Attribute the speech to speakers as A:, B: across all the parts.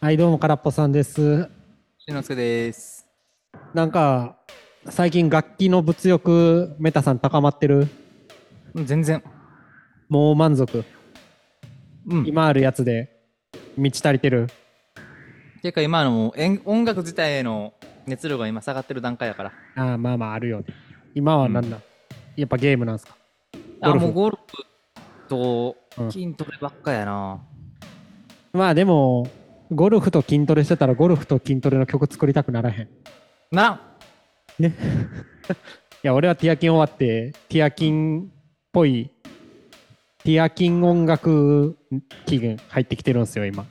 A: はい、どうも、空っぽさんです。
B: しのすけです。
A: なんか、最近楽器の物欲、メタさん高まってる。
B: 全然。
A: もう満足。
B: うん。
A: 今あるやつで、満ち足りてる。
B: ていうか今のもう演音楽自体への熱量が今下がってる段階やから。
A: ああ、まあまあ、あるよね。今はなんだ、やっぱゲームなんすか
B: あ、
A: ゴルフ
B: もうゴルフと
A: うん
B: 筋トレばっかやな。
A: まあでも、ゴルフと筋トレしてたら、ゴルフと筋トレの曲作りたくならへん。い
B: な
A: や、俺はティアキン終わって、ティアキンっぽい、ティアキン音楽期限入ってきてるんですよ、今。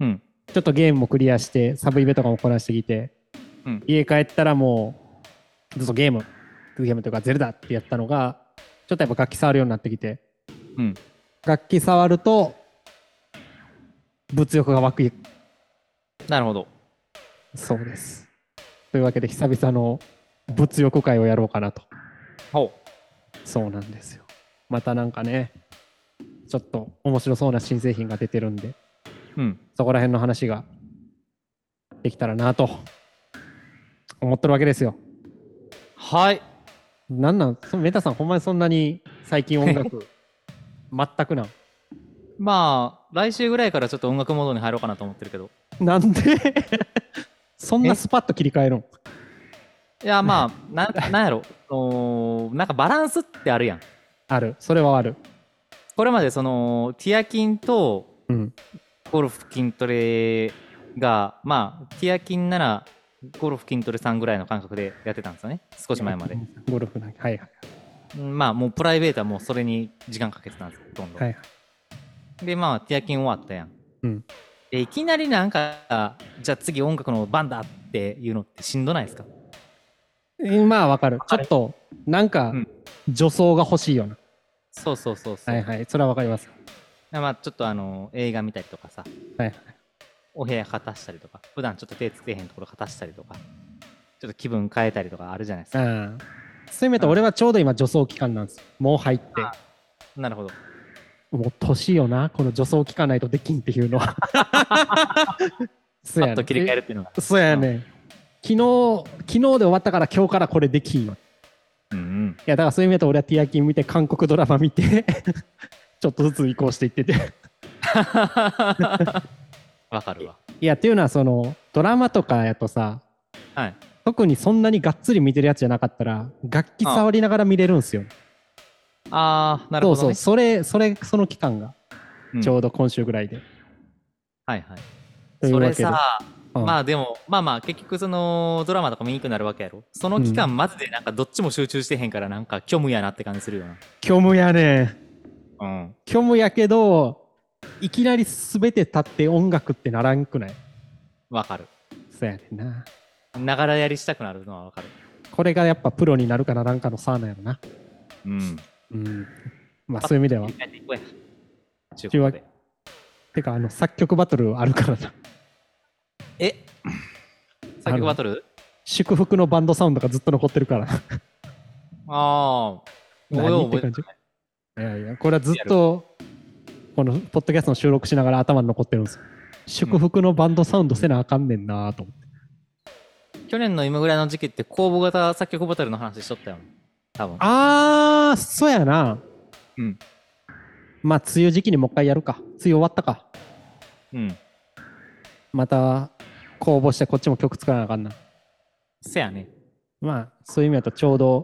B: うん。
A: ちょっとゲームもクリアして、サブイベとかもこなしてきて、
B: うん
A: 家帰ったらもう、ずっとゲーム、ゲームというか、ゼルダってやったのが、ちょっとやっぱ楽器触るようになってきて、
B: うん。
A: 楽器触ると、物欲が湧く、
B: なるほど。
A: そうです。というわけで、久々の物欲会をやろうかなと。
B: ほ
A: そうなんですよ。またなんかね、ちょっと面白そうな新製品が出てるんで、
B: う。うん。
A: そこら辺の話ができたらなと思ってるわけですよ。
B: はい。
A: なんなんそメタさん、ほんまにそんなに最近音 楽全くなん。
B: まあ、来週ぐらいからちょっと音楽モードに入ろうかなと思ってるけど。
A: なんで そんなスパッと切り替えるん
B: いや、 まあ、ななんやろ。おなんかバランスってあるやん。
A: ある。それはある。
B: これまでその、ティアキンと
A: うん。
B: ゴルフ筋トレがまあティアキンならゴルフ筋トレさんぐらいの感覚でやってたんですよね少し前まで。
A: ゴルフなんかはいはい
B: まあもうプライベートはもうそれに時間かけてたんですほとんど、
A: はいはい。
B: でまあティアキン終わったやん、
A: うん
B: でいきなりなんかじゃあ次音楽の番だっていうのってしんどないですか
A: うんまあわかる。ちょっと、なんか
B: うん、
A: 助走が欲しいよな。
B: そうそうそうそう、
A: はいはい。それはわかります。
B: まあちょっとあの映画見たりとかさ
A: はいはい。
B: お部屋かたしたりとか普段ちょっと手つけへんところかたしたりとかちょっと気分変えたりとかあるじゃないですか、
A: ああ。そういう意味だと俺はちょうど今助走期間なんですよ。もう入って。
B: あなるほど
A: もう年よな。この助走期間ないとできんっていうの は。そ
B: パ
A: うやね
B: ッと切り替えるっていうのが
A: そうやね。昨日、昨日で終わったから今日からこれできんよ。い
B: うんうん
A: や、だからそういう意味だと俺はティアキン見て、韓国ドラマ見て、 ちょっとずつ移行していってて。
B: わかるわ。
A: いや、っていうのはその、ドラマとかやとさ、
B: はい。
A: 特にそんなにがっつり見てるやつじゃなかったら、楽器触りながら見れるんすよ。
B: ああ、なる
A: そ
B: ほ
A: うそ
B: ど、
A: う、
B: ね。
A: それ、それ、その期間が、
B: うん
A: ちょうど今週ぐらいで。
B: はいはい。
A: という
B: そ
A: わけ
B: れ
A: で
B: さ、
A: うん
B: まあでも、まあまあ、結局そのドラマとか見にくくなるわけやろ。その期間、マジでなんかどっちも集中してへんから、なんか虚無やなって感じするよな。
A: 虚無やね。
B: うん。
A: 虚無やけど、いきなり全て立って音楽ってならんくない
B: わかる。
A: そうやねんな。
B: ながらやりしたくなるのはわかる。
A: これがやっぱプロになるかならんかの差なんやろな。
B: うん。
A: うん。まあそういう意味では。
B: やっていこうや。中
A: というわ
B: 古
A: け
B: で。
A: てか、あの、作曲バトルあるからな。
B: え作曲バトル
A: 祝福のバンドサウンドがずっと残ってるから。
B: ああ。
A: 何って
B: 覚え
A: 感
B: て
A: じ
B: ない
A: いやいや、これはずっと、この、ポッドキャストの収録しながら頭に残ってるんですよ。祝福のバンドサウンドせなあかんねんなと思って。
B: 去年の今ぐらいの時期って公募型作曲バトルの話しとったよ。多分。
A: あー、そうやな。
B: うん。
A: まあ、梅雨時期にもう一回やるか。梅雨終わったか。
B: うん。
A: また公募してこっちも曲作らなあかんな
B: せやね。
A: まあそういう意味だとちょうど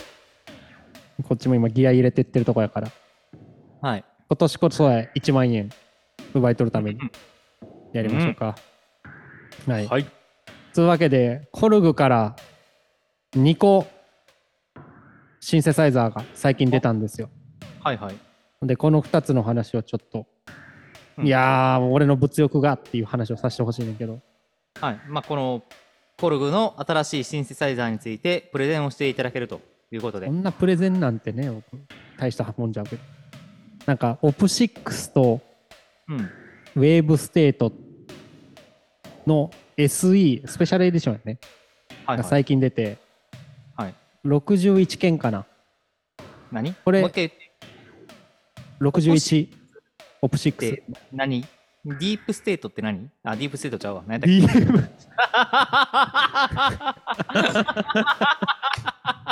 A: こっちも今ギア入れてってるとこやから
B: はい。
A: 今年こそは1万円奪い取るためにやりましょうか、はい、
B: はい。
A: というわけでコルグから2個シンセサイザーが最近出たんですよ
B: はいはい。
A: でこの2つの話をちょっと、
B: うん
A: いやー俺の物欲がっていう話をさせてほしいねんだけど
B: はい。まあ、このコルグの新しいシンセサイザーについてプレゼンをしていただけるということで
A: こ。んなプレゼンなんてね、僕大したもんじゃんけど。なんか、オプシックスと
B: うん。
A: ウェーブステートの SE、スペシャルエディションやね、
B: はい、
A: が
B: はい。
A: 最近出て、
B: はい、
A: 61件かな。
B: 何
A: これ
B: もう一回言っ
A: 61、オプシックス
B: て、何ディープステートって何あ、ディープステートちゃうわ。何やったっ
A: DM
B: け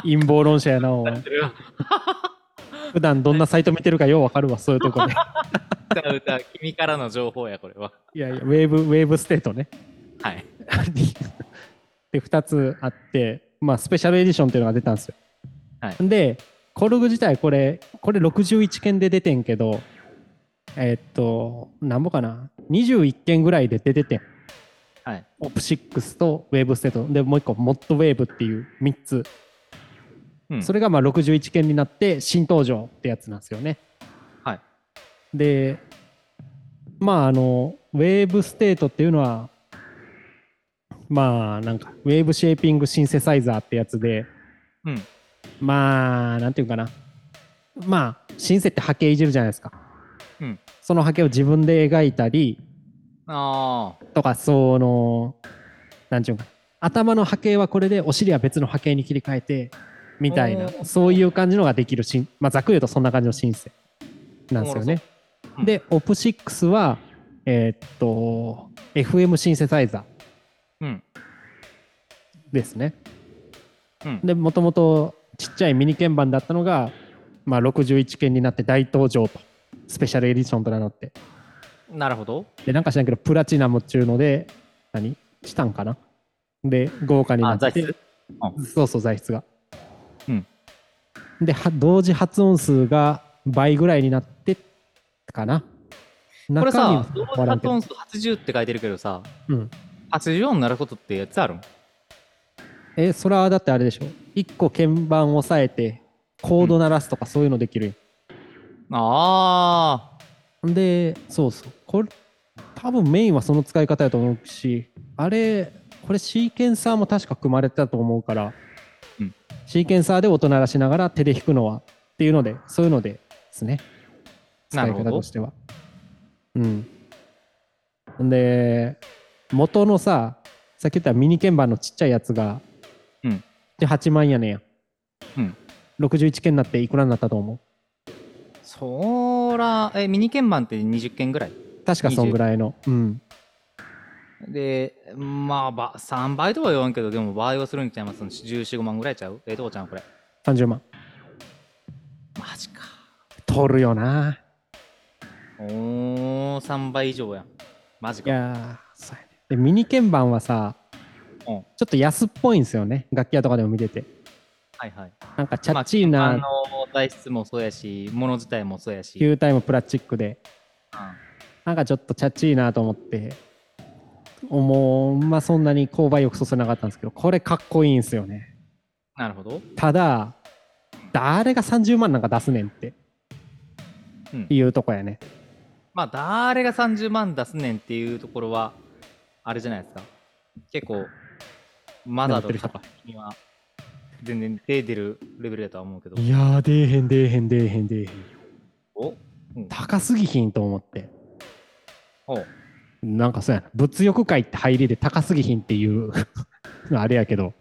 A: 陰謀論者やなお前普段どんなサイト見てるかようわかるわそういうと こで
B: 歌う歌う君からの情報や、これは。
A: いやいやウェーブウェーブステートね
B: はい。
A: で2つあってまあスペシャルエディションっていうのが出たんですよ、
B: はい
A: でコルグ自体これこれ61件で出てんけどえっとなんぼかな21件ぐらいで出ててん
B: はい。
A: オプ6とウェーブステートでもう一個モッドウェーブっていう3つ
B: うん、
A: それがまあ61件になって新登場ってやつなんですよね。
B: はい
A: でまああのウェーブステートっていうのはまあなんかウェーブシェーピングシンセサイザーってやつで
B: うん。
A: まあなんていうかなまあシンセって波形いじるじゃないですか。
B: うん
A: その波形を自分で描いたり
B: あ
A: とかそのなんていうか頭の波形はこれでお尻は別の波形に切り替えてみたい
B: お
A: な
B: ー
A: そういう感じのができるし、まあ、ざっくり言うとそんな感じのシンセなんですよね。
B: うん
A: で OP6 はえーっと FM シンセサイザー
B: あ。うん。
A: ですね。
B: うん
A: でもともとちっちゃいミニ鍵盤だったのが、まあ、61鍵になって大登場とスペシャルエディションと名乗って
B: なるほど。
A: でなんか知らんけどプラチナムっちゅうので何チタンかなで豪華にな
B: あ、
A: っ
B: 材
A: て
B: 質
A: そうそう材質が。
B: うん
A: では同時発音数が倍ぐらいになってかな。
B: これ
A: 中身
B: さ
A: は、
B: 同時
A: わらん
B: 発
A: けど
B: 音数80って書いてるけどさ、
A: うん、
B: 84になることってやつあるん
A: えそれはだってあれでしょ1個鍵盤押さえてコード鳴らすとかそういうのできるよ、
B: あ
A: ん、でそうそうこれ多分メインはその使い方やと思うしあれこれシーケンサーも確か組まれてたと思うから、
B: うん
A: シーケンサーで音鳴らしながら手で弾くのはっていうのでそういうのでですね
B: な
A: 使い
B: るほ
A: 方
B: ど
A: としてはうんんで元のささっき言ったミニ鍵盤のちっちゃいやつが、
B: うん
A: で8万やねんや、
B: うん、
A: 61件になっていくらになったと思
B: あ、そら、え、ミニ鍵盤って20件ぐらいう
A: 確かそんぐらいのうん
B: で、まあば、3倍とは言わんけど、でも倍はするんちゃいますの ?14、5万ぐらいちゃうえ、どうちゃんこれ。
A: 30万
B: マジか。
A: 取るよな
B: おー、3倍以上やん。マジ
A: い
B: か。
A: やーそうやねでミニ鍵盤はさ、
B: うん
A: ちょっと安っぽいんですよね楽器屋とかでも見てて
B: はいはい。
A: なんかチャッチーな、
B: あの材質もそうやし、物自体もそうやし。
A: 球体もプラスチックで
B: う
A: なんかちょっとチャッチーなと思って、もう、まあ、そんなに購買欲そせなかったんですけど、これかっこいいんですよね。
B: んなるほど。
A: ただ、誰が30万なんか出すねんって
B: うん
A: いうとこやね。
B: まあ、誰が30万出すねんっていうところは、あれじゃないですか。結構、マザードとかには、全然出てるレベルだとは思うけど。
A: いやー、出えへん、出えへん、出えへん、出えへん。
B: お
A: 高すぎひんと思って。
B: お
A: なんかそうやな。物欲界って入りで高すぎひんっていう のあれやけど、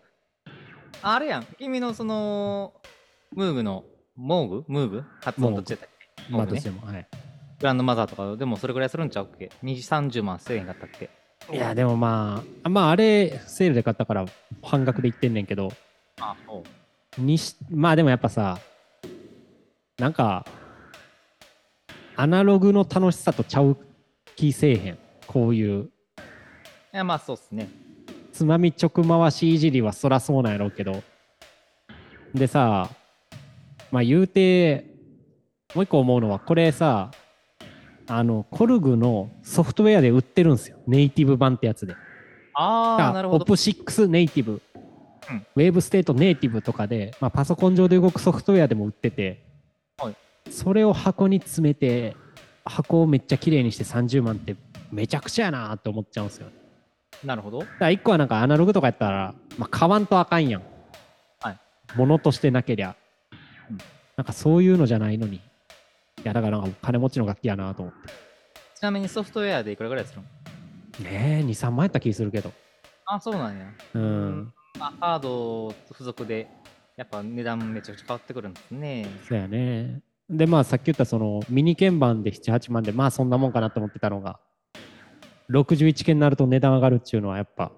B: あれやん。君のその、ムーグの、モーグムーグ発音どっちだったっけモ
A: ま
B: ー
A: あど
B: グ
A: う
B: ね
A: し。ても。はい、
B: グランドマザーとか、でもそれぐらいするんちゃうっけ ?20、30万1000円だったっけ
A: いや、でもまあ、あまあ、あれ、セールで買ったから半額でいってんねんけど、
B: あ、おう
A: にしまあでもやっぱさなんかアナログの楽しさとちゃう気せえへんこういう
B: いや、まあそうっすね。
A: つまみ直回しいじりはそらそうなんやろうけどでさまあ言うてもう一個思うのはこれさあのコルグのソフトウェアで売ってるんですよネイティブ版ってやつで
B: ああ、なるほ
A: オ
B: ど。
A: プ6ネイティブ、
B: うん
A: ウェーブステートネイティブとかで、まあ、パソコン上で動くソフトウェアでも売ってて、
B: はい
A: それを箱に詰めて箱をめっちゃ綺麗にして30万ってめちゃくちゃやなーって思っちゃうんですよだ
B: なるほど。
A: から1個はなんかアナログとかやったら、まあ、買わんとあかんやん、
B: はい
A: ものとしてなけりゃ、
B: うん
A: なんかそういうのじゃないのにいやだからなんか金持ちの楽器やなと思っ
B: ちなみにソフトウェアでいくらぐらいするの
A: てねえ23万やった気するけど
B: あ、そうなんや。
A: うん
B: まあ、ハード付属で、やっぱ値段めちゃくちゃ変わってくるんですね。
A: そうやね。でまあさっき言ったそのミニ鍵盤で78万でまあそんなもんかなと思ってたのが61件になると値段上がるっていうのはやっぱ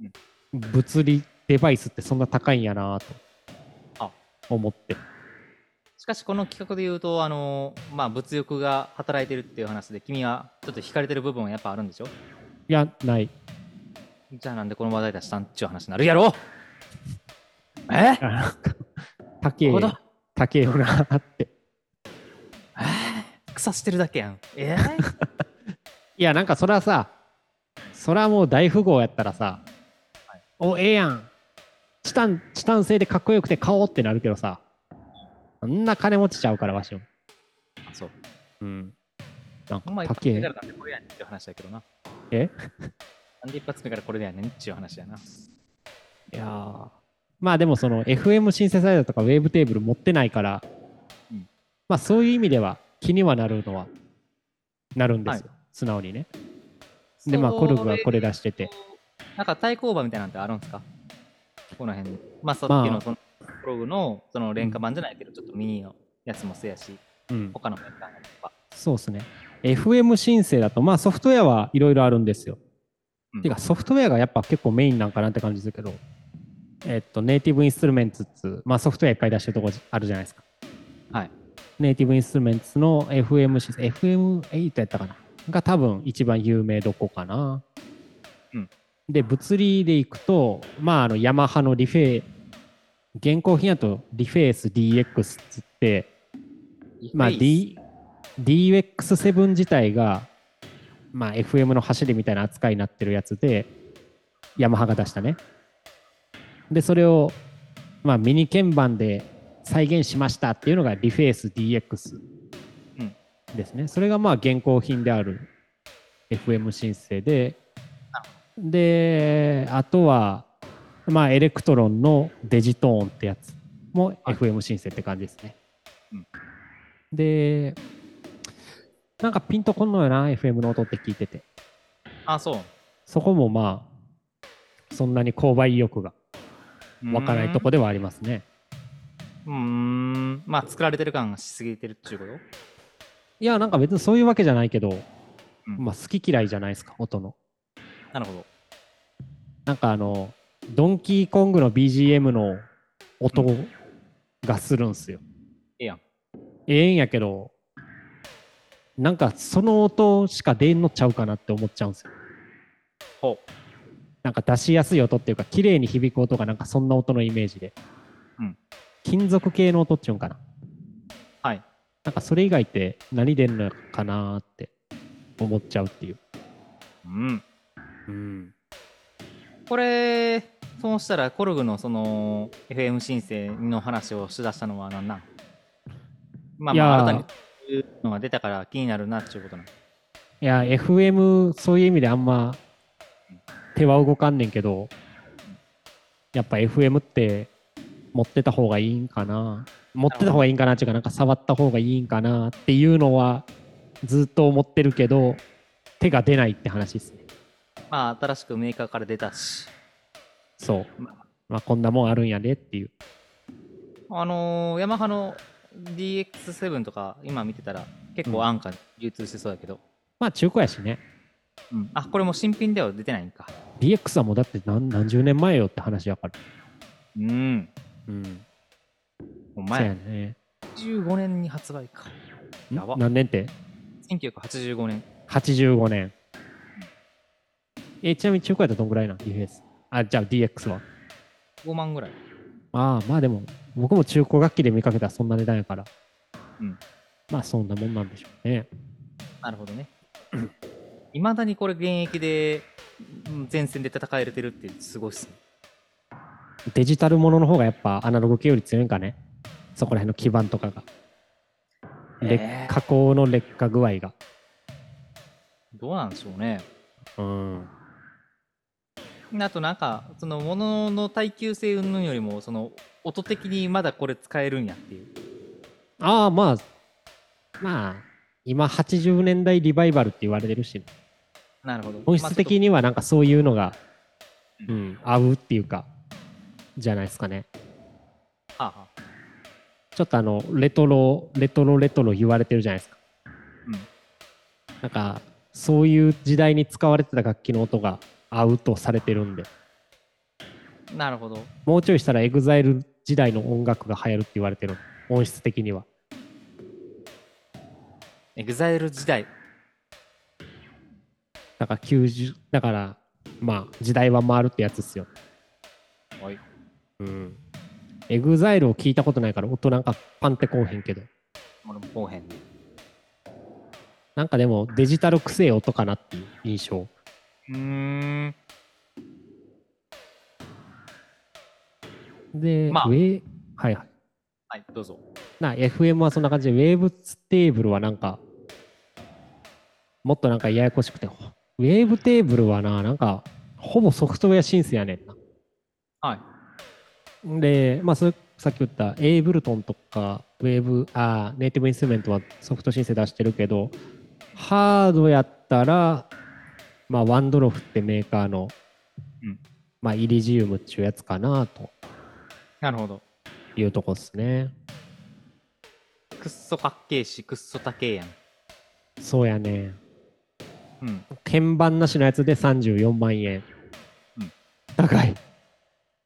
B: うん
A: 物理デバイスってそんな高いんやなと
B: あ
A: 思って
B: しかしこの企画で言うとあの、まあ、物欲が働いてるっていう話で君はちょっと惹かれてる部分はやっぱあるんでしょ
A: いやない
B: じゃあなんでこの話題出したんっちゅう話になるやろえ
A: あなんか高え
B: ほど
A: 高えよなって
B: 草してるだけやんえ
A: いやなんかそれはさそれはもう大富豪やったらさ、おええやんチタンチタン製でかっこよくて買おうってなるけどさあんな金持ちちゃうからわしも
B: そう
A: うんなん
B: ほんま
A: か高
B: 一発目か
A: え
B: らなんでこれやねんっていう話だけどな
A: え
B: なんで一発目からこれやねんっていう話やない
A: やーまあでもその FM シンセサイザーとかウェーブテーブル持ってないから、
B: うん
A: まあそういう意味では気にはなるのはなるんですよ、
B: は
A: 素直にねでまあコルグはこれ出してて
B: なんか対抗馬みたいなんてあるんですかこの辺に。まあさっき
A: まあ
B: のそのブログのその廉価版じゃないけど、ちょっとミニのやつもそうやし、
A: うん
B: 他のメーカーのとか。
A: そうですね FM 申請だとまあソフトウェアはいろいろあるんですよ、
B: うん
A: てかソフトウェアがやっぱ結構メインなんかなって感じするけどえっとネイティブインストゥルメンツっつうまあソフトウェアいっぱい出してるとこあるじゃないですか
B: はい。
A: ネイティブインストゥルメンツの FM シス FM8 やったかなが多分一番有名どこかな。
B: うん
A: で、物理でいくと、まあ、あの、ヤマハのリフェ現行品やとリフェース DX っつって、まあ、
B: リ
A: D、DX7 自体が、まあ、FM の走りみたいな扱いになってるやつで、ヤマハが出したね。で、それを、まあ、ミニ鍵盤で再現しましたっていうのがリフェース DX
B: うん
A: ですね。それがまあ現行品である FM 申請で、で、あとは、まあ、エレクトロンのデジトーンってやつも FM 申請って感じですね。
B: うん
A: で、なんかピンとこんのよな、FM の音って聞いてて。
B: あ、そう。
A: そこもまあ、そんなに購買意欲が湧かないとこではありますね。
B: うーん。まあ、作られてる感がしすぎてるっていうこと
A: いや、なんか別にそういうわけじゃないけど、
B: うん
A: まあ好き嫌いじゃないですか、音の。
B: なるほど。
A: なんかあの、ドンキーコングの BGM の音がするんすよ。
B: ええやん。
A: ええんやけど、なんかその音しか出んのちゃうかなって思っちゃうんですよ。
B: ほう。
A: なんか出しやすい音っていうか、綺麗に響く音がなんかそんな音のイメージで。
B: うん
A: 金属系の音っちゅうんかな。
B: はい。
A: なんかそれ以外って何出んのかなーって思っちゃうっていう。
B: うん。
A: うん。
B: これ、そうしたらコルグのその FM 申請の話をしだしたのは何なんまあ
A: いや
B: まあ
A: ー
B: 新たにそういうのが出たから気になるなっていうことなの。
A: いや、FM、そういう意味であんま手は動かんねんけど、やっぱ FM って持ってた方がいいんかな。持ってた方がいいんかなっていうか、なんか触った方がいいんかなっていうのはずっと思ってるけど、手が出ないって話ですね。
B: まあ新しくメーカーから出たし、
A: そう。
B: まあ
A: まあこんなもんあるんやねっていう。
B: あのーヤマハの DX7 とか今見てたら結構安価に流通してそうだけど、
A: まあ中古やしね。
B: うんあ、これも新品では出てないんか。
A: DX はもうだって何何十年前よって話やから。
B: うん。
A: うん。
B: お
A: そうや
B: 前、
A: ね。
B: 15年に発売か。
A: ん
B: やば
A: 何年って
B: 1985年。
A: 85年。え、ちなみに中古やったらどんぐらいなん ?DFS。あ、じゃあ DX は。
B: 5万ぐらい。
A: ああ、まあでも、僕も中古楽器で見かけたらそんな値段やから。
B: うん。
A: まあそんなもんなんでしょうね。
B: なるほどね。いまだにこれ現役でうん前線で戦えれてるってすごいっすね。
A: デジタルものの方がやっぱアナログ系より強いんかね。そこら辺の基板とかが。劣
B: えー
A: 加工の劣化具合が。
B: どうなんでしょうね。
A: うん。
B: あとなんか、その物の耐久性云々よりも、その音的にまだこれ使えるんやっていう。
A: ああ、まあ、まあ、今80年代リバイバルって言われてるし、
B: なるほど。
A: 本
B: まあ
A: 質的。にはなんかそういうのが、
B: う
A: うん、合うっていうか、じゃないですかね。
B: ちょっとはあはあ
A: ちょっとあの、レトロ、レトロレトロ言われてるじゃないですか。
B: うん
A: なんか、そういう時代に使われてた楽器の音が合うとされてるんで
B: なるほど。
A: もうちょいしたら EXILE 時代の音楽が流行るって言われてる音質的には
B: EXILE 時代。
A: だから90だからまあ時代は回るってやつっすよ
B: はい。
A: うんエグザイルを聞いたことないから音なんかパンってこうへんけど
B: 俺も後編で。
A: なんかでもデジタルくせえ音かなっていう印象
B: うーん。
A: で、
B: まあ
A: ウェはいはい
B: はい、どうぞ。
A: な FM はそんな感じでウェーブテーブルはなんかもっとなんかややこしくてほウェーブテーブルはななんかほぼソフトウェアシンセやねんな
B: はい。
A: で、まあ、それさっき言ったエイブルトンとかウェーブあーネイティブインストゥルメントはソフト申請出してるけどハードやったら、まあ、ワンドロフってメーカーの、
B: うん
A: まあ、イリジウムっちゅうやつかなと
B: なるほど。
A: いうとこっすね
B: くっそかっけえし、くっそ高えやん。
A: そうやね
B: うん。
A: 鍵盤なしのやつで34万円、
B: うん
A: 高い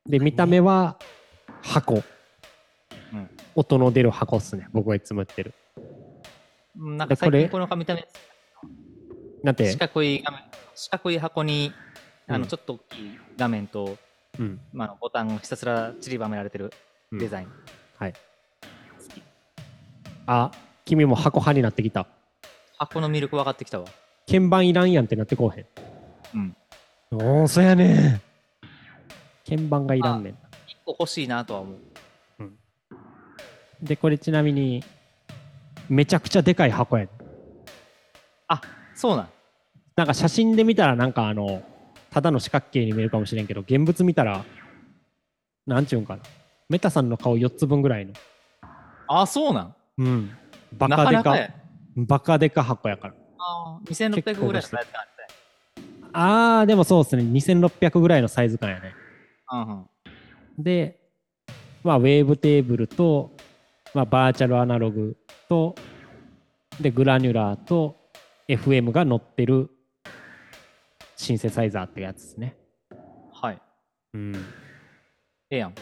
A: で見た目は箱、
B: うん
A: 音の出る箱っすね僕がいつも言ってる
B: うんなんか
A: でこ
B: 最
A: れ
B: 近この見た目
A: だって
B: 四角い画面四角い箱にあ
A: う
B: の
A: ん
B: ちょっと大きい画面と、
A: うん
B: まあ、ボタンをひたすら散りばめられてる
A: うん
B: デザイン、
A: はい
B: 好き
A: あ君も箱派になってきた
B: 箱の魅力分かってきたわ
A: 鍵盤いらんやんってなってこうへん
B: うん
A: おおそやねん鍵盤がいらんねん
B: 一個欲しいなとは思う
A: でこれちなみにめちゃくちゃでかい箱やねん
B: そうなん
A: なんか写真で見たらなんかあのただの四角形に見えるかもしれんけど現物見たらなんちゅうんかなメタさんの顔4つ分ぐらいの
B: あそうなん
A: うんバ
B: な
A: カ
B: か
A: で
B: な
A: か
B: かや
A: バカでか箱やから
B: あー2600ぐらいしかやってない
A: あーでもそうですね2600ぐらいのサイズ感やね
B: うんうん
A: で、まあ、ウェーブテーブルと、まあ、バーチャルアナログとでグラニュラーと FM が乗ってるシンセサイザーってやつですね。
B: はい
A: うん、
B: ええやん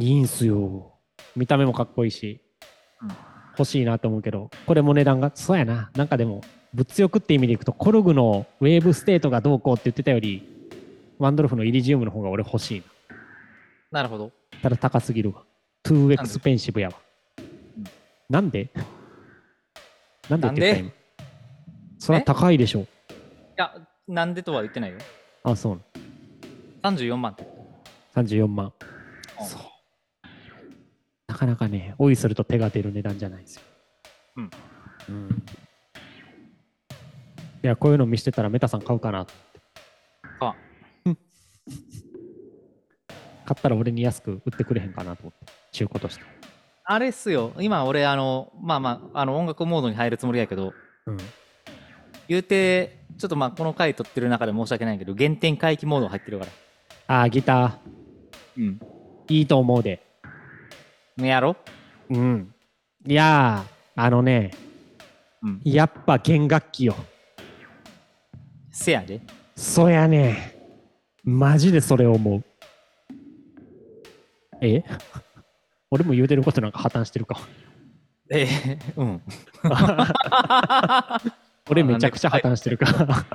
A: いいんすよ。見た目もかっこいいし、
B: うん
A: 欲しいなと思うけどこれも値段がそうやななんかでも物欲って意味でいくとコルグのウェーブステートがどうこうって言ってたよりワンドルフのイリジウムの方が俺欲しい
B: なるほど
A: ただ高すぎるわ。トゥーエクスペンシブやわ。なんでなんでって言った
B: なん
A: 今それは高いでしょ。
B: いやなんでとは言ってないよ
A: あ、そう
B: 34万って
A: なの。34万
B: う。ん
A: そう。なかなかね、おいすると手が出る値段じゃないんですよ。
B: うん。
A: うん。いや、こういうの見してたらメタさん買うかな。
B: 買わん
A: 買ったら俺に安く売ってくれへんかなと思って、中古として。
B: あれっすよ今俺あのまあまああの音楽モードに入るつもりやけど
A: うん。
B: 言うてちょっとまあこの回撮ってる中で申し訳ないけど原点回帰モード入ってるから
A: あー、ギタ
B: うん
A: ー、いいと思うで。
B: ねやろ
A: うん。いやー、あのね、
B: うん
A: やっぱ弦楽器よ。
B: せやで
A: そやね。マジでそれ思う。え 俺も言うてることなんか破綻してるか。
B: ええうん
A: 俺めちゃくちゃ破綻してるか。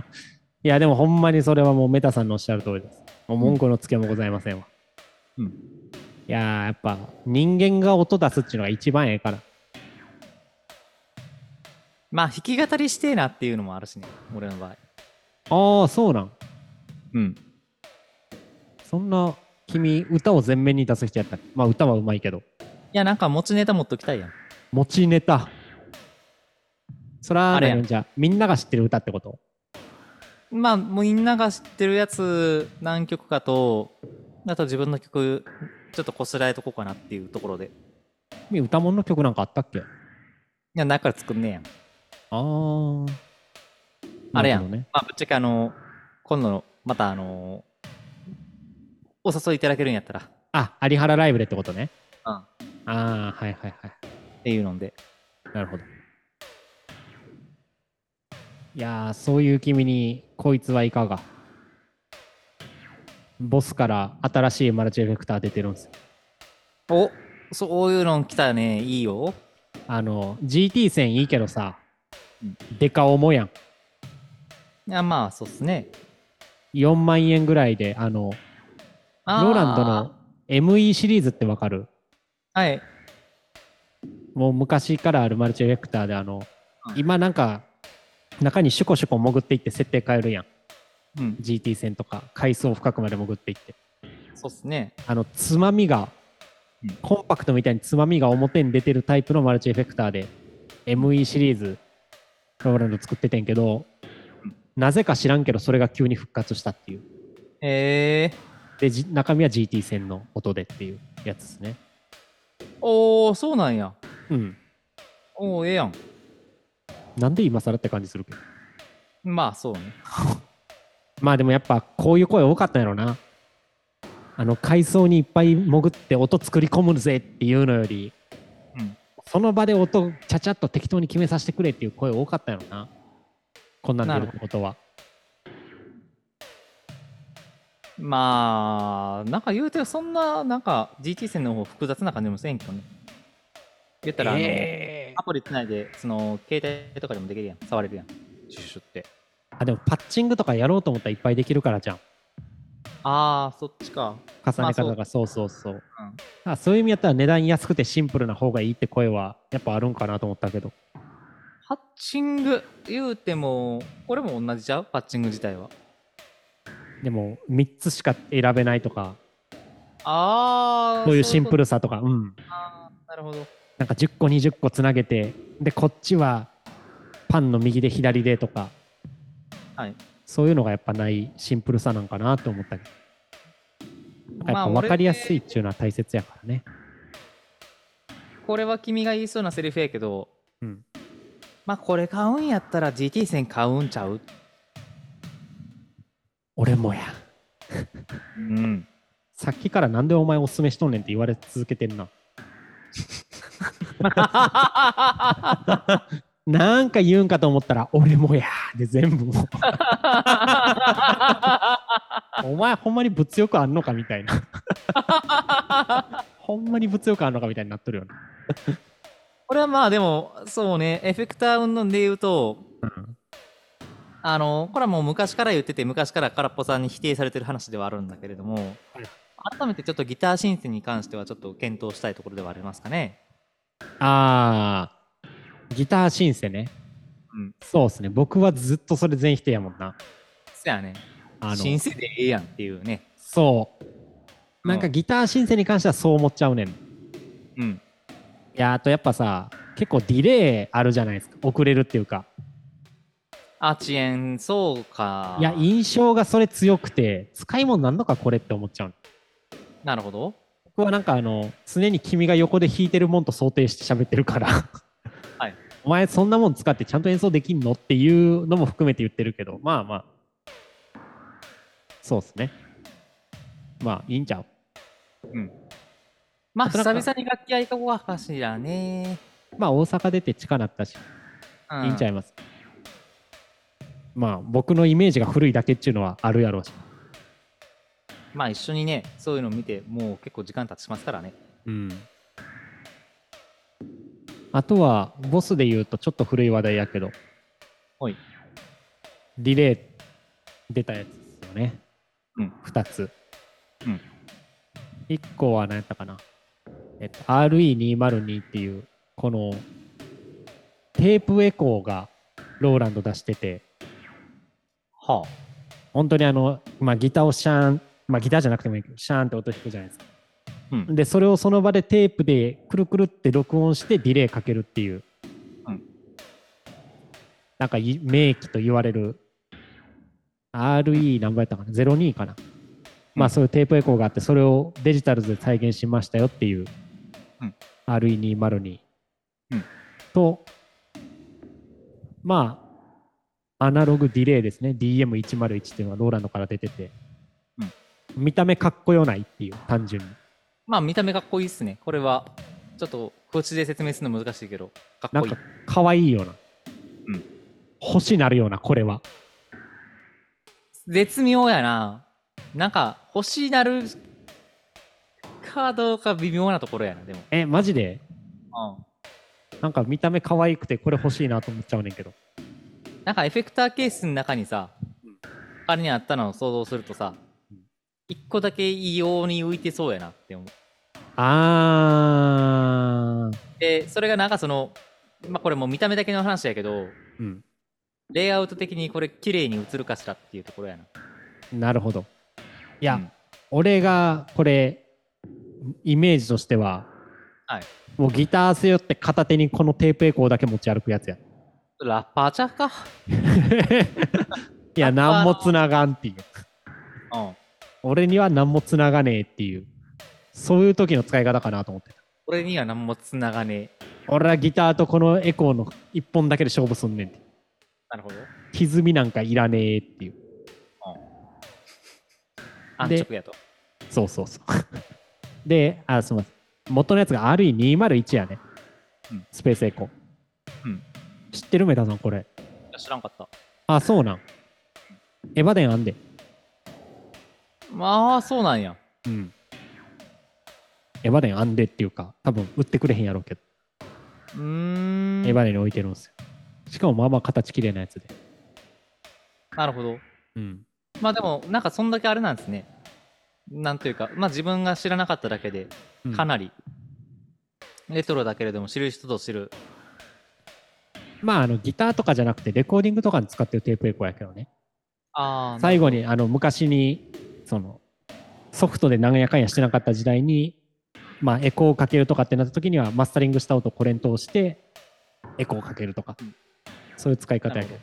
A: いや、でもほんまにそれはもうメタさんのおっしゃる通りです。もう文句のつけもございませんわ。
B: うん
A: いやー、やっぱ人間が音出すっていうのが一番ええから。
B: まあ弾き語りしてえなっていうのもあるしね俺の場合
A: ああ、そうなん。
B: うん
A: そんな君、歌を前面に出す人やったっけまあ歌はうまいけど。
B: いやなんか持ちネタ持っときたいやん
A: 持ちネタ。そら、
B: あれや
A: 何じゃあみんなが知ってる歌ってこと
B: まあみんなが知ってるやつ何曲かとあと自分の曲ちょっとこすられとこうかなっていうところでい
A: み歌もんの曲なんかあったっけ
B: や中から作んねえやん
A: あー。
B: あれやん
A: なるほどね。
B: まあぶっちゃけあの今度のまたあのお誘いいただけるんやったら
A: あ、有原ライブでってことね。
B: うん
A: ああー、はいはいはい。
B: っていうので
A: なるほど。いやーそういう君にこいつはいかがボスから新しいマルチエフェクター出てるんですよ
B: おそういうの来たねいいよ
A: あの GT 線いいけどさ
B: うん
A: デカ重やん
B: いやまあそうっすね
A: 4万円ぐらいであの
B: あー
A: ローランドの ME シリーズってわかる
B: はい
A: もう昔からあるマルチエフェクターであの、
B: はい
A: 今なんか中にシュコシュコ潜っていって設定変えるやん
B: うん
A: GT 線とか階層深くまで潜っていって
B: そうっすね
A: あのつまみが、
B: うん
A: コンパクトみたいにつまみが表に出てるタイプのマルチエフェクターで ME シリーズローランド作っててんけど、
B: うん
A: なぜか知らんけどそれが急に復活したっていう
B: え
A: でじ中身は GT 線の音でっていうやつですね
B: ー、おおそうなんや
A: うん
B: おおええやん
A: なんで今更って感じするけど
B: まあそうね
A: まあでもやっぱこういう声多かったんやろなあの階層にいっぱい潜って音作り込むぜっていうのより、
B: うん
A: その場で音ちゃちゃっと適当に決めさせてくれっていう声多かったんやろなこんなん出るってことは
B: まあなんか言うてそんななんか GT 線の方複雑な感じもせんけどね言ったらあの、
A: えー
B: アプリつないでその携帯とかでもできるやん触れるやんシュッシュって
A: あでもパッチングとかやろうと思ったらいっぱいできるからじゃん
B: ああそっちか
A: 重ね方がそうそうそう、あそういう意味やったら値段安くてシンプルな方がいいって声はやっぱあるんかなと思ったけど
B: パッチング言うてもこれも同じじゃうパッチング自体は
A: でも3つしか選べないとか
B: ああ
A: そういうシンプ
B: ル
A: ルさとかうん
B: あーなるほど
A: なんか10個20個つなげてでこっちはパンの右で左でとか
B: はい
A: そういうのがやっぱないシンプルさなんかなと思ったけどやっ
B: ま
A: ぱ
B: あ
A: 分かりやすいっ
B: 俺
A: ていうのは大切やからね、
B: これは君が言いそうなセリフやけど
A: うん、
B: まあこれ買うんやったら GT 線買うんちゃう
A: 俺もや
B: うん
A: さっきからなんでお前おすすめしとんねんって言われ続けてんななんか言うんかと思ったら俺もやで全部 もうお前ほんまに物欲あんのかみたいなほんまに物欲あんのかみたいになっとるよね
B: これはまあでもそうねエフェクター云々で言うと、あのこれはもう昔から言ってて昔から空っぽさんに否定されてる話ではあるんだけれども、改めてちょっとギターシンセに関してはちょっと検討したいところではありますかね
A: あーギターシンセね、
B: うん
A: そうっすね僕はずっとそれ全否定やもんな
B: そやね
A: あ
B: シン
A: の
B: セでええやんっていうね
A: そうなんかギターシンセに関してはそう思っちゃうねんい
B: うん
A: やあとやっぱさ結構ディレイあるじゃないですか遅れるっていうか
B: あ遅延そうか
A: いや印象がそれ強くて使い物なんのかこれって思っちゃうの
B: なるほど
A: 僕はなんかあの常に君が横で弾いてるもんと想定して喋ってるから
B: はい
A: お前そんなもん使ってちゃんと演奏できんのっていうのも含めて言ってるけどまあまあそうですねまあいいんちゃう
B: うんまあ
A: な
B: 久
A: か
B: 々
A: な
B: に
A: か
B: 楽器やりとこはかしらね、
A: まあ大阪出て近なったし
B: うん、
A: いいんちゃいます、まあ僕のイメージが古いだけっていうのはあるやろうし
B: まあ一緒にねそういうの見てもう結構時間経ちますからね
A: うんあとはボスで言うとちょっと古い話題やけど
B: はい
A: リレー出たやつですよね、
B: うん
A: 2つ、
B: うん
A: 1個は何やったかな、えっと、RE202 っていうこのテープエコーがローランド出してて
B: はあ
A: 本当にあの、まあ、ギターをシャーン、まあ、ギターじゃなくてもいいけどシャーンって音弾くじゃないですか
B: うん
A: でそれをその場でテープでくるくるって録音してディレイかけるっていう、
B: うん
A: なんかい名機と言われる RE 何倍やったかな02かな、まあそういうテープエコーがあってそれをデジタルで再現しましたよっていう、
B: うん
A: RE202、
B: うん
A: とまあアナログディレイですね DM101 っていうのはローランドから出てて、見た目かっこよないっていう単純に。
B: まあ見た目かっこいいっすね。これは、ちょっと、こっちで説明するの難しいけど、かっ
A: なん
B: こいい
A: か。可愛いような、
B: うん
A: 星なるようなこれは
B: 絶妙やな。なんか、欲しいなるかどうか微妙なところやな、でも。
A: えマジで
B: うん
A: なんか見た目可愛くてこれ欲しいなと思っちゃうねんけど
B: なんかエフェクターケースの中にさ、彼にあったのを想像するとさ
A: うん、
B: 一個だけ異様に浮いてそうやなって思う。
A: あー
B: で、それがなんかその、まあこれもう見た目だけの話やけど、
A: うん
B: レイアウト的にこれ綺麗に映るかしらっていうところやな。
A: なるほどいや、
B: うん
A: 俺がこれイメージとしては、
B: はい
A: もうギター背負って片手にこのテープエコーだけ持ち歩くや つや
B: ラッパーちゃうか
A: いや何もつながんっていう
B: うん。
A: 俺には何もつながねえっていうそういう時の使い方かなと思ってた
B: 俺には何もつながねえ。
A: 俺はギターとこのエコーの一本だけで勝負すんねんって
B: なるほど。
A: 歪みなんかいらねえっていう
B: 安直やと。
A: そうそうそう であすみません元のやつが RE201 やね、
B: うん
A: スペースエコー、
B: うん
A: 知ってるメタさんこれ
B: いや知らんかった。
A: あそうなんエバデンあんで
B: まあ、そうなんや。
A: うんエバデンあんでっていうか多分売ってくれへんやろうけど、
B: うーん。
A: エバデンに置いてるんですよしかもまあまあ形綺麗なやつで
B: なるほど。
A: うん
B: まあでも、なんかそんだけあれなんですね。なんというか、まあ自分が知らなかっただけで、かなり、レトロだけれども、知る人と知る。
A: まあ、あのギターとかじゃなくてレコーディングとかに使ってるテープエコーやけどね
B: ああ、
A: 最後にあの昔にそのソフトでなんやかんやしてなかった時代に、まあ、エコーをかけるとかってなった時にはマスタリングした音をこれに通してエコーをかけるとか、
B: うん
A: そういう使い方やけど
B: なる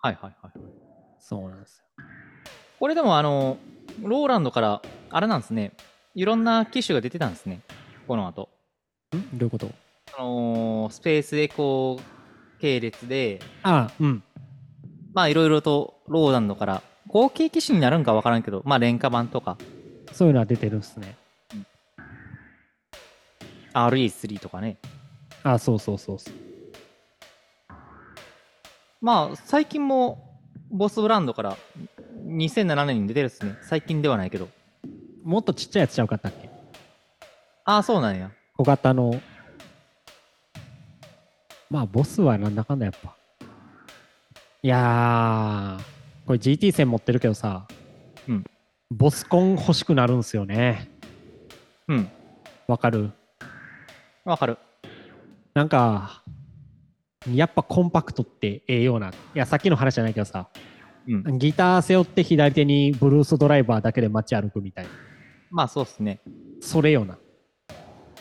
B: はいはいはい。
A: そうなんですよ
B: これでも、あの、ローランドから、あれなんですね。いろんな機種が出てたんですね。この後。
A: んどういうこと
B: あのースペースエコー系列で、
A: ああうん
B: まあいろいろとローランドから、合計機種になるんかわからんけど、まあ廉価版とか、
A: そういうのは出てるっすね
B: RE3 とかね。
A: ああそうそうそうそう
B: まあ最近もボスブランドから2007年に出てるっすね最近ではないけど
A: もっとちっちゃいやつちゃうかったっけ
B: ああそうなんや
A: 小型のまあボスはなんだかんだやっぱいやーこれ GT 線持ってるけどさ、
B: うん
A: ボスコン欲しくなるんすよね
B: うん
A: わかる
B: わかる
A: なんかやっぱコンパクトってええようないやさっきの話じゃないけどさ
B: うん
A: ギター背負って左手にブルースドライバーだけで街歩くみたいな
B: まあそうっすね
A: それよな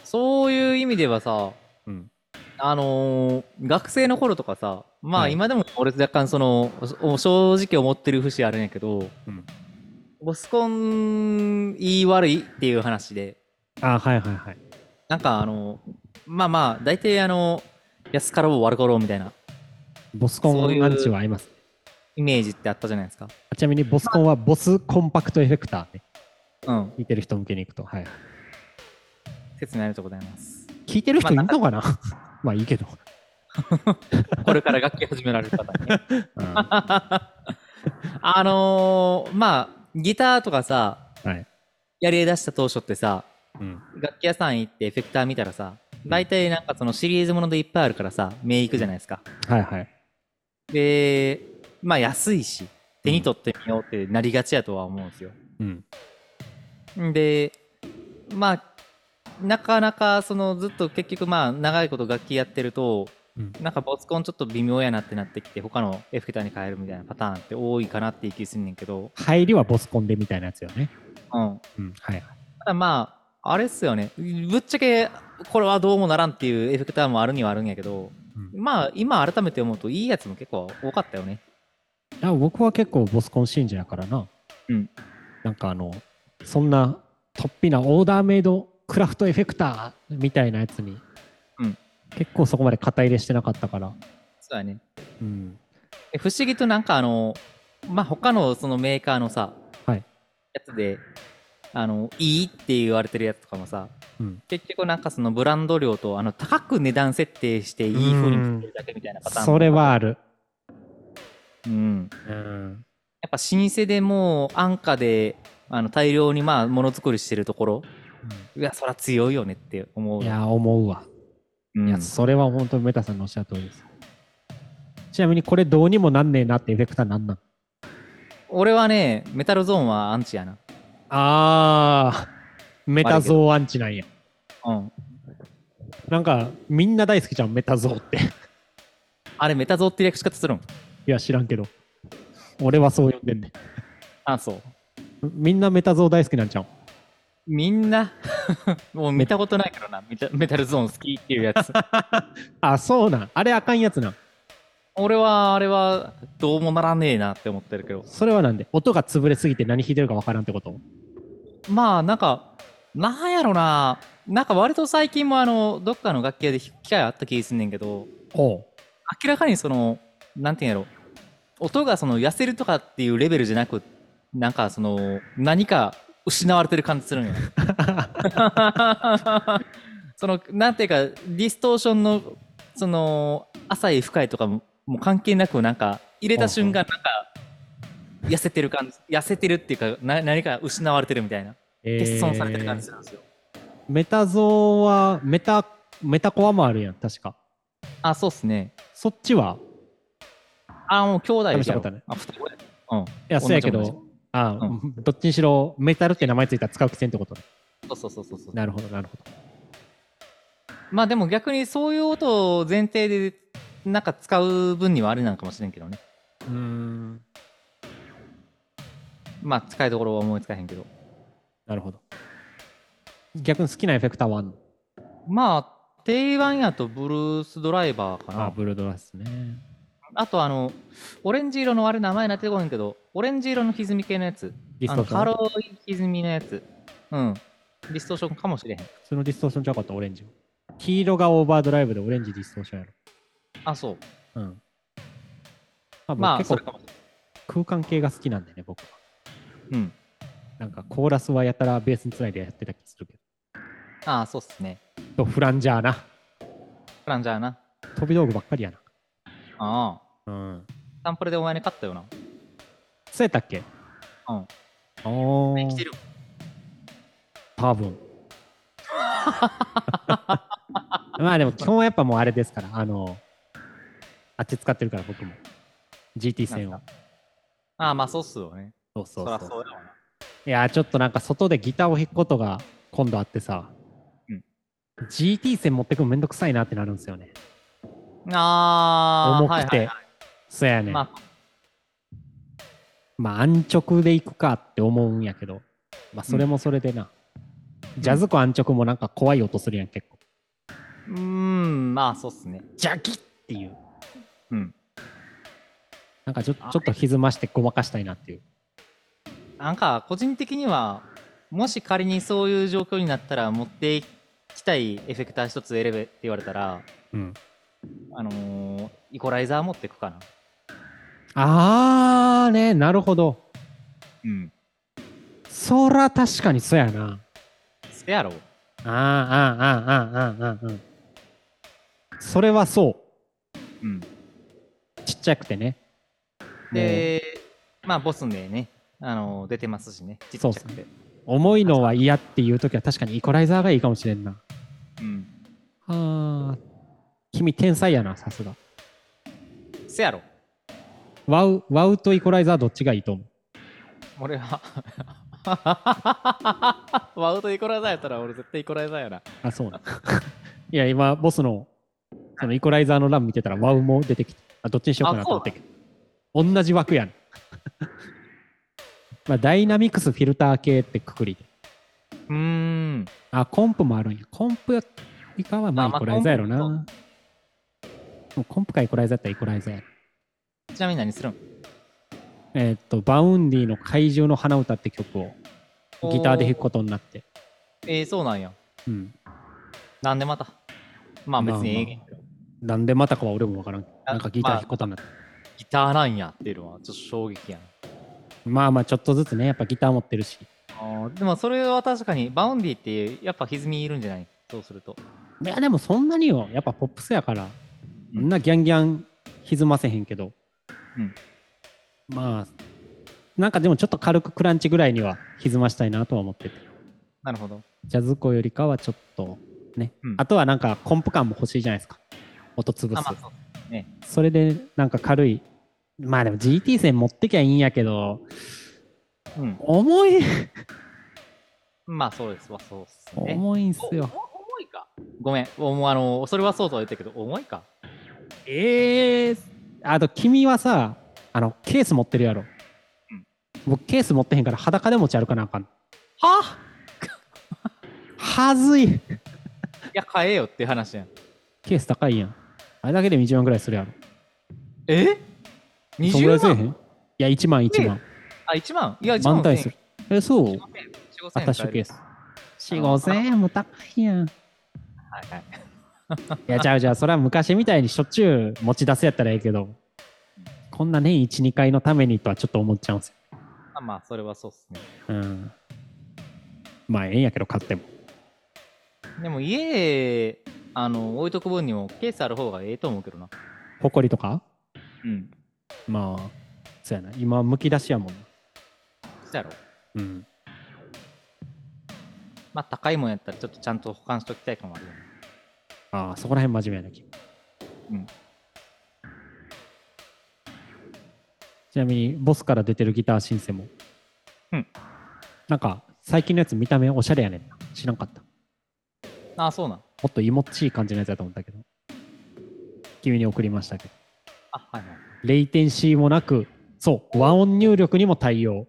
B: そういう意味ではさ
A: うん
B: あのー学生の頃とかさま
A: は
B: あ
A: い
B: 今でも俺若干そのお正直思ってる節あるんやけど、
A: うん
B: ボスコン言い悪いっていう話で
A: あはいはいはい
B: なんかあのまあまあ大体あの安かろう悪かろうみたいな
A: ボスコ
B: そうい
A: ン
B: う
A: アンチは合います
B: イメージってあったじゃないですか
A: あちなみにボスコンはボスコンパクトエフェクターね
B: うん
A: 見てる人向けに行くと、はい、
B: 説明ありがとうございます
A: 聞いてる人いるのかな まあいいけど、
B: これから楽器始められる方 ね。
A: は
B: あのーまあ、ギターとかさ、
A: い、
B: やり出した当初ってさ、
A: うん、
B: 楽器屋さん行ってエフェクター見たらさ、大体なんかそのシリーズものでいっぱいあるからさ、目行くじゃないですか。
A: はいはい
B: で、まあ安いし、手に取ってみようってなりがちやとは思うんですよ。
A: うん
B: で、まあ、なかなかそのずっと結局まあ長いこと楽器やってると、
A: うん
B: なんかボスコンちょっと微妙やなってなってきて他のエフェクターに変えるみたいなパターンって多いかなっていう気すんねんけど、
A: 入りはボスコンでみたいなやつよね、
B: うん、
A: うんはい、
B: ただまああれっすよねぶっちゃけこれはどうもならんっていうエフェクターもあるにはあるんやけど
A: うん
B: まあ今改めて思うといいやつも結構多かったよね
A: あ僕は結構ボスコン信者やからな、
B: うん、
A: なんかあのそんなとっぴなオーダーメイドクラフトエフェクターみたいなやつに、
B: うん
A: 結構そこまで肩入れしてなかったから、
B: そうやね
A: うん、
B: え不思議となんかあのまあ他のそのメーカーのさ、
A: はい
B: やつであのいいって言われてるやつとかもさ、
A: うん
B: 結局なんかそのブランド量とあの高く値段設定していい風に作ってるだけみたいなパターンも
A: それはある
B: うん、
A: うん。
B: やっぱ老舗でもう安価であの大量にまあものづくりしてるところいやそら強いよねって思う
A: いや、思うわ。
B: うん
A: いや、それは本当にメタさんのおっしゃる通りです。ちなみにこれどうにもなんねえなってエフェクターなんなん
B: 俺はねメタルゾーンはアンチやな
A: あー、メタゾーアンチなんや。
B: うん
A: なんか、みんな大好きじゃん、メタゾーって。
B: あれメタゾーって略し方するん
A: いや、知らんけど。俺はそう呼んでんね。
B: あそう
A: みんなメタゾー大好きなんちゃう
B: みんな もう見たことないからなメタメタルゾーン好きっていうやつ
A: あ、そうなん。あれあかんやつなん。
B: 俺はあれはどうもならねえなって思ってるけど
A: それはなんで音が潰れすぎて何弾いてるかわからんってこと
B: まあなんかなんやろななんか割と最近もあのどっかの楽器屋で弾く機会あった気すんねんけど
A: お
B: 明らかにそのなんていうんやろ音がその痩せるとかっていうレベルじゃなくなんかその何か失われてる感じ するんよそのなんていうかディストーションのその浅い深いとかももう関係なくなんか入れた瞬間なんか痩せてる感じ痩せてるっていうかな何か失われてるみたいな
A: え
B: 欠損されてる感じするんですよ、
A: メタゾーはメタメタコアもあるやん確か
B: あそうっすね
A: そっちは
B: あもう兄弟
A: 試
B: で
A: し
B: しょ
A: たことない
B: あ双子やうん
A: いやそうやけ
B: 同じ
A: どあ、どっちにしろメタルって名前ついたら使うくせんってことね
B: 同じそうそうそうそうそう
A: なるほどなるほど
B: まあでも逆にそういう音を前提でなんか使う分にはあれなのかもしれんけどね
A: うーん
B: まあ使いどころは思いつかへんけど
A: なるほど逆に好きなエフェクターはあんの
B: まあ定番やとブルースドライバーかな
A: あ
B: あ
A: ブルードラスね
B: とあのオレンジ色のあれ名前なってこへんけどオレンジ色の歪み系のやつ
A: ディ
B: あ
A: ス
B: の
A: トーシ
B: ハ
A: ョン
B: ロー歪みのやつうんディストーションかもしれへん
A: 普通のディストーションじゃなかったオレンジは黄色がオーバードライブでオレンジディストーションやろ
B: あそう
A: うん多分
B: まあ
A: 結
B: それ
A: 構
B: かもしれ
A: 空間系が好きなんでね僕は
B: んうん
A: なんかコーラスはやたらベースにつないでやってた気するけ
B: ああそうっすね
A: ど。とフランジャーな。
B: フランジャーな
A: 飛び道具ばっかりやな。
B: あ
A: う
B: あ
A: ん。
B: サンプルでお前に勝ったよな
A: そうやったっけ
B: うん。
A: お
B: 生きて
A: ー、
B: る
A: 多 分。まあでも基本はやっぱもうあれですから、あの、あっち使ってるから僕も。GT 線を。
B: ああまあそうっすよね
A: そうそ
B: そうら
A: そ
B: そうう。だわない
A: やー、ちょっとなんか外でギターを弾くことが今度あってさ、
B: うん、
A: GT 線持ってくのめんどくさいなってなるんですよね。
B: ああ、
A: 重
B: はい
A: く
B: は
A: て。
B: いは
A: そうやね
B: い。
A: ん。
B: まあ、
A: まあ安直でいくかって思うんやけど、まあそれもそれでな、ジャズコ安直もなんか怖い音するやん結構
B: うーん、まあそうっすね。
A: ジャキっていう
B: うん。
A: なんかちょちょっと歪ましてごまかしたいなっていう
B: なんか、個人的には、もし仮にそういう状況になったら、持っていきたいエフェクター一つ選べって言われたら、
A: うん
B: あのー、イコライザー持ってくかな。
A: あーねなるほど
B: うん。
A: そら確かにそうやな
B: せやろ。
A: あーあーあーあーあーあーあーそれはそ
B: うん。
A: うちっちゃくてね
B: で、まあ、ボスでね、あのー出てますしね。ちっち
A: そ
B: ゃ
A: うっ
B: く
A: す
B: て。
A: ね重いのは嫌っていう時は確かにイコライザーがいいかもしれんな
B: うん。
A: あー君天才やなさすが
B: せやろ。
A: ワウワウとイコライザーどっちがいいと思う
B: 俺は。ワウとイコライザーやったら俺絶対イコライザーやな。
A: あ、そうなん。 いや、今、ボスの、そのイコライザーの欄見てたら、ワウも出てきて、あどっちにしようかなと思ってんけど。同じ枠やん。 まあ、ダイナミクス、フィルター系ってくくりで。
B: うーん。
A: あ、コンプもあるんや。コンプ以下は、まあ、イ
B: まあ
A: コライザーやろな。
B: まあコ
A: でもコンプかイコライザーやったらイコライザーやろ。
B: ちなみに何するん
A: えーっと、バウンディの怪獣の花歌って曲をギターで弾くことになって。
B: えー、そうなんや。
A: うん。
B: なんでまた。まあ別にええけど
A: なんでまたかは俺もわからん。なんかギター弾くことになって。
B: ギターなんやっていうのはちょっと衝撃やな。
A: まあまあ、ちょっとずつね、やっぱギター持ってるし。
B: あーでもそれは確かに、バウンディってやっぱ歪みいるんじゃないそうすると。
A: いやでもそんなによやっぱポップスやから
B: うん
A: そんなギャンギャン歪ませへんけど、
B: うん
A: まあ、なんかでもちょっと軽くクランチぐらいには歪ましたいなとは思ってて。
B: なるほど。
A: ジャズコよりかはちょっとね、
B: うん
A: あとはなんかコンプ感も欲しいじゃないですか。音潰す
B: あ、まあ。そう。
A: それでなんか軽い。まあでも GT 線持ってきゃいいんやけど、
B: うん。
A: 重い、
B: まあそうですわ、そうっすね。
A: 重いんす
B: お
A: よ。
B: お重いか。ごめん。おもうあの、それはそうとは言ったけど、重いか。
A: ええあと君はさあのケース持ってるやろ、僕ケース持ってへんから裸で持ち歩かなあかん
B: はあ
A: はずい
B: いや、買えよっていう話やん。
A: ケース高いやんあれだけで20万ぐらいするやろ
B: え
A: そんぐらい
B: ?20
A: せえへ
B: 万
A: んいや1万1万
B: あ、1万いや、1万
A: 万単位するえそう
B: 4 5 0 0 4 5 0 0
A: アタッシュケース4 5千円も高いやんい
B: はいはい。
A: やちゃうちゃうそれは昔みたいにしょっちゅう持ち出すやったらええけどこんな年12回のためにとはちょっと思っちゃうんですよ
B: あまあ、それはそうっすね。
A: うんまあええんやけど買っても
B: でも、家へ、あの、置いとく分にも、ケースある方がええと思うけどな。
A: 埃とか
B: うん。
A: まあ、そうやな。今、むき出しやもんな。
B: そうやろ。
A: うん。
B: まあ、高いもんやったら、ちょっとちゃんと保管しときたいかもあるよね。
A: ああ、そこら辺真面目やな、君。
B: うん
A: ちなみに、ボスから出てるギターシンセも。
B: うん。
A: なんか、最近のやつ見た目おしゃれやねんな。知らんかった。も
B: ああ、そうなん。
A: っといもっちい感じのやつやと思ったけど。君に送りましたけど。
B: あ、はいはい。
A: レイテンシーもなく、そう、和音入力にも対応。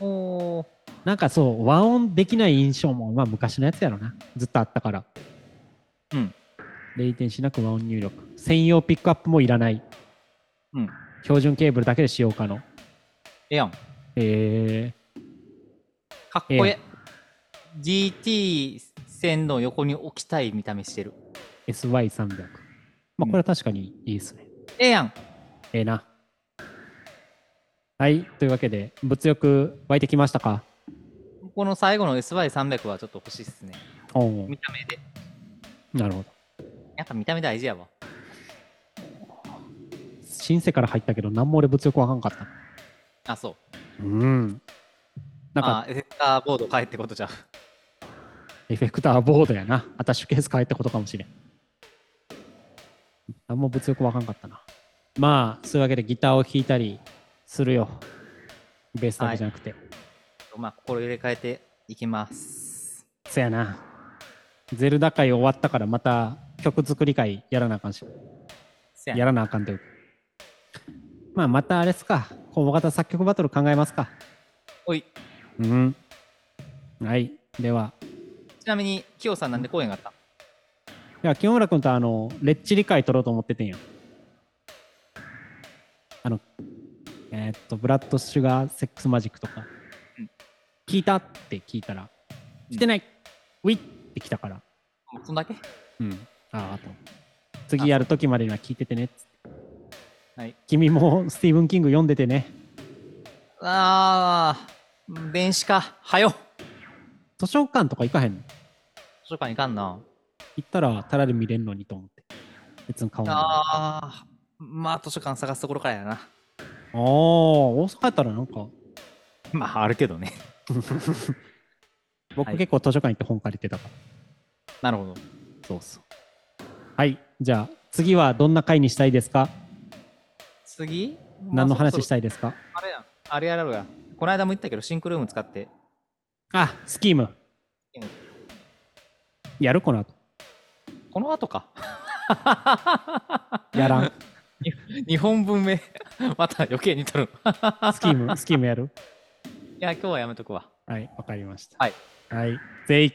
B: おー。
A: なんかそう、和音できない印象も、まあ昔のやつやろな。ずっとあったから。
B: うん。
A: 0点しなく和音入力。専用ピックアップもいらない。
B: うん。
A: 標準ケーブルだけで使用可能。
B: ええやん。
A: え
B: かっこええ。GT 線の横に置きたい見た目してる。
A: ー、SY300。まあこれは確かにいいですね。
B: ええやん。
A: ええな。はい。というわけで、物欲湧いてきましたか
B: この最後の SY300 はちょっと欲しいっすね。
A: おお
B: 見た目で。
A: なるほど。
B: やっぱ見た目大事やわ。
A: 新世から入ったけど、何も俺物欲わかんかった。
B: あ、そう。
A: うん。なんか、
B: あエフェクターボード変えってことじゃん。
A: エフェクターボードやな。アタッシュケース変えってことかもしれん。何も物欲わかんかったな。まあ、そういうわけでギターを弾いたりするよ。ベースだけじゃなくて。
B: まあ、心入れ替えていきます。
A: そやな。ゼルダ会終わったからまた曲作り会やらなあかんし。
B: せや
A: やらなあかんというか。まあ、またあれっすか。大型作曲バトル考えますか。
B: おい、
A: うん。はい。では、
B: ちなみに、キヨさんなんで公演があった
A: いや、清村君とあの、レッチリ会取ろうと思っててんや。あの、えーっと、ブラッド・シュガー・セックス・マジックとか、
B: うん
A: 聞いたって聞いたら、
B: うん
A: 来てない、ウィッって来たから、
B: そんだけ
A: うん、ああと、次やる時までには聞いててねっつって
B: はい。
A: 君もスティーブン・キング読んでてね。
B: あー、電子化、はよ
A: 図書館とか行かへんの
B: 図書館いかんな。
A: 行ったら、タラで見れんのにと思って。別に買わない。
B: あー、まあ図書館探すところからやな。
A: ああ、大阪やったらなんか、
B: まあ、あるけどね。
A: 僕
B: はい
A: 結構図書館行って本借りてたから。
B: なるほど。
A: そうそう。はい、じゃあ次はどんな回にしたいですか
B: 次
A: 何の話した
B: い
A: いですか
B: あれやん。あれやろうや。この間も言ったけど、シンクルーム使って。
A: あ、スキーム
B: うん。
A: やるこの後。
B: この後か。
A: やら ん。
B: 2本分目。 また余計に取る。
A: スキーム、スキームやる
B: いや、今日はやめとくわ。
A: はい、わかりました。
B: はい。
A: はい。ぜい。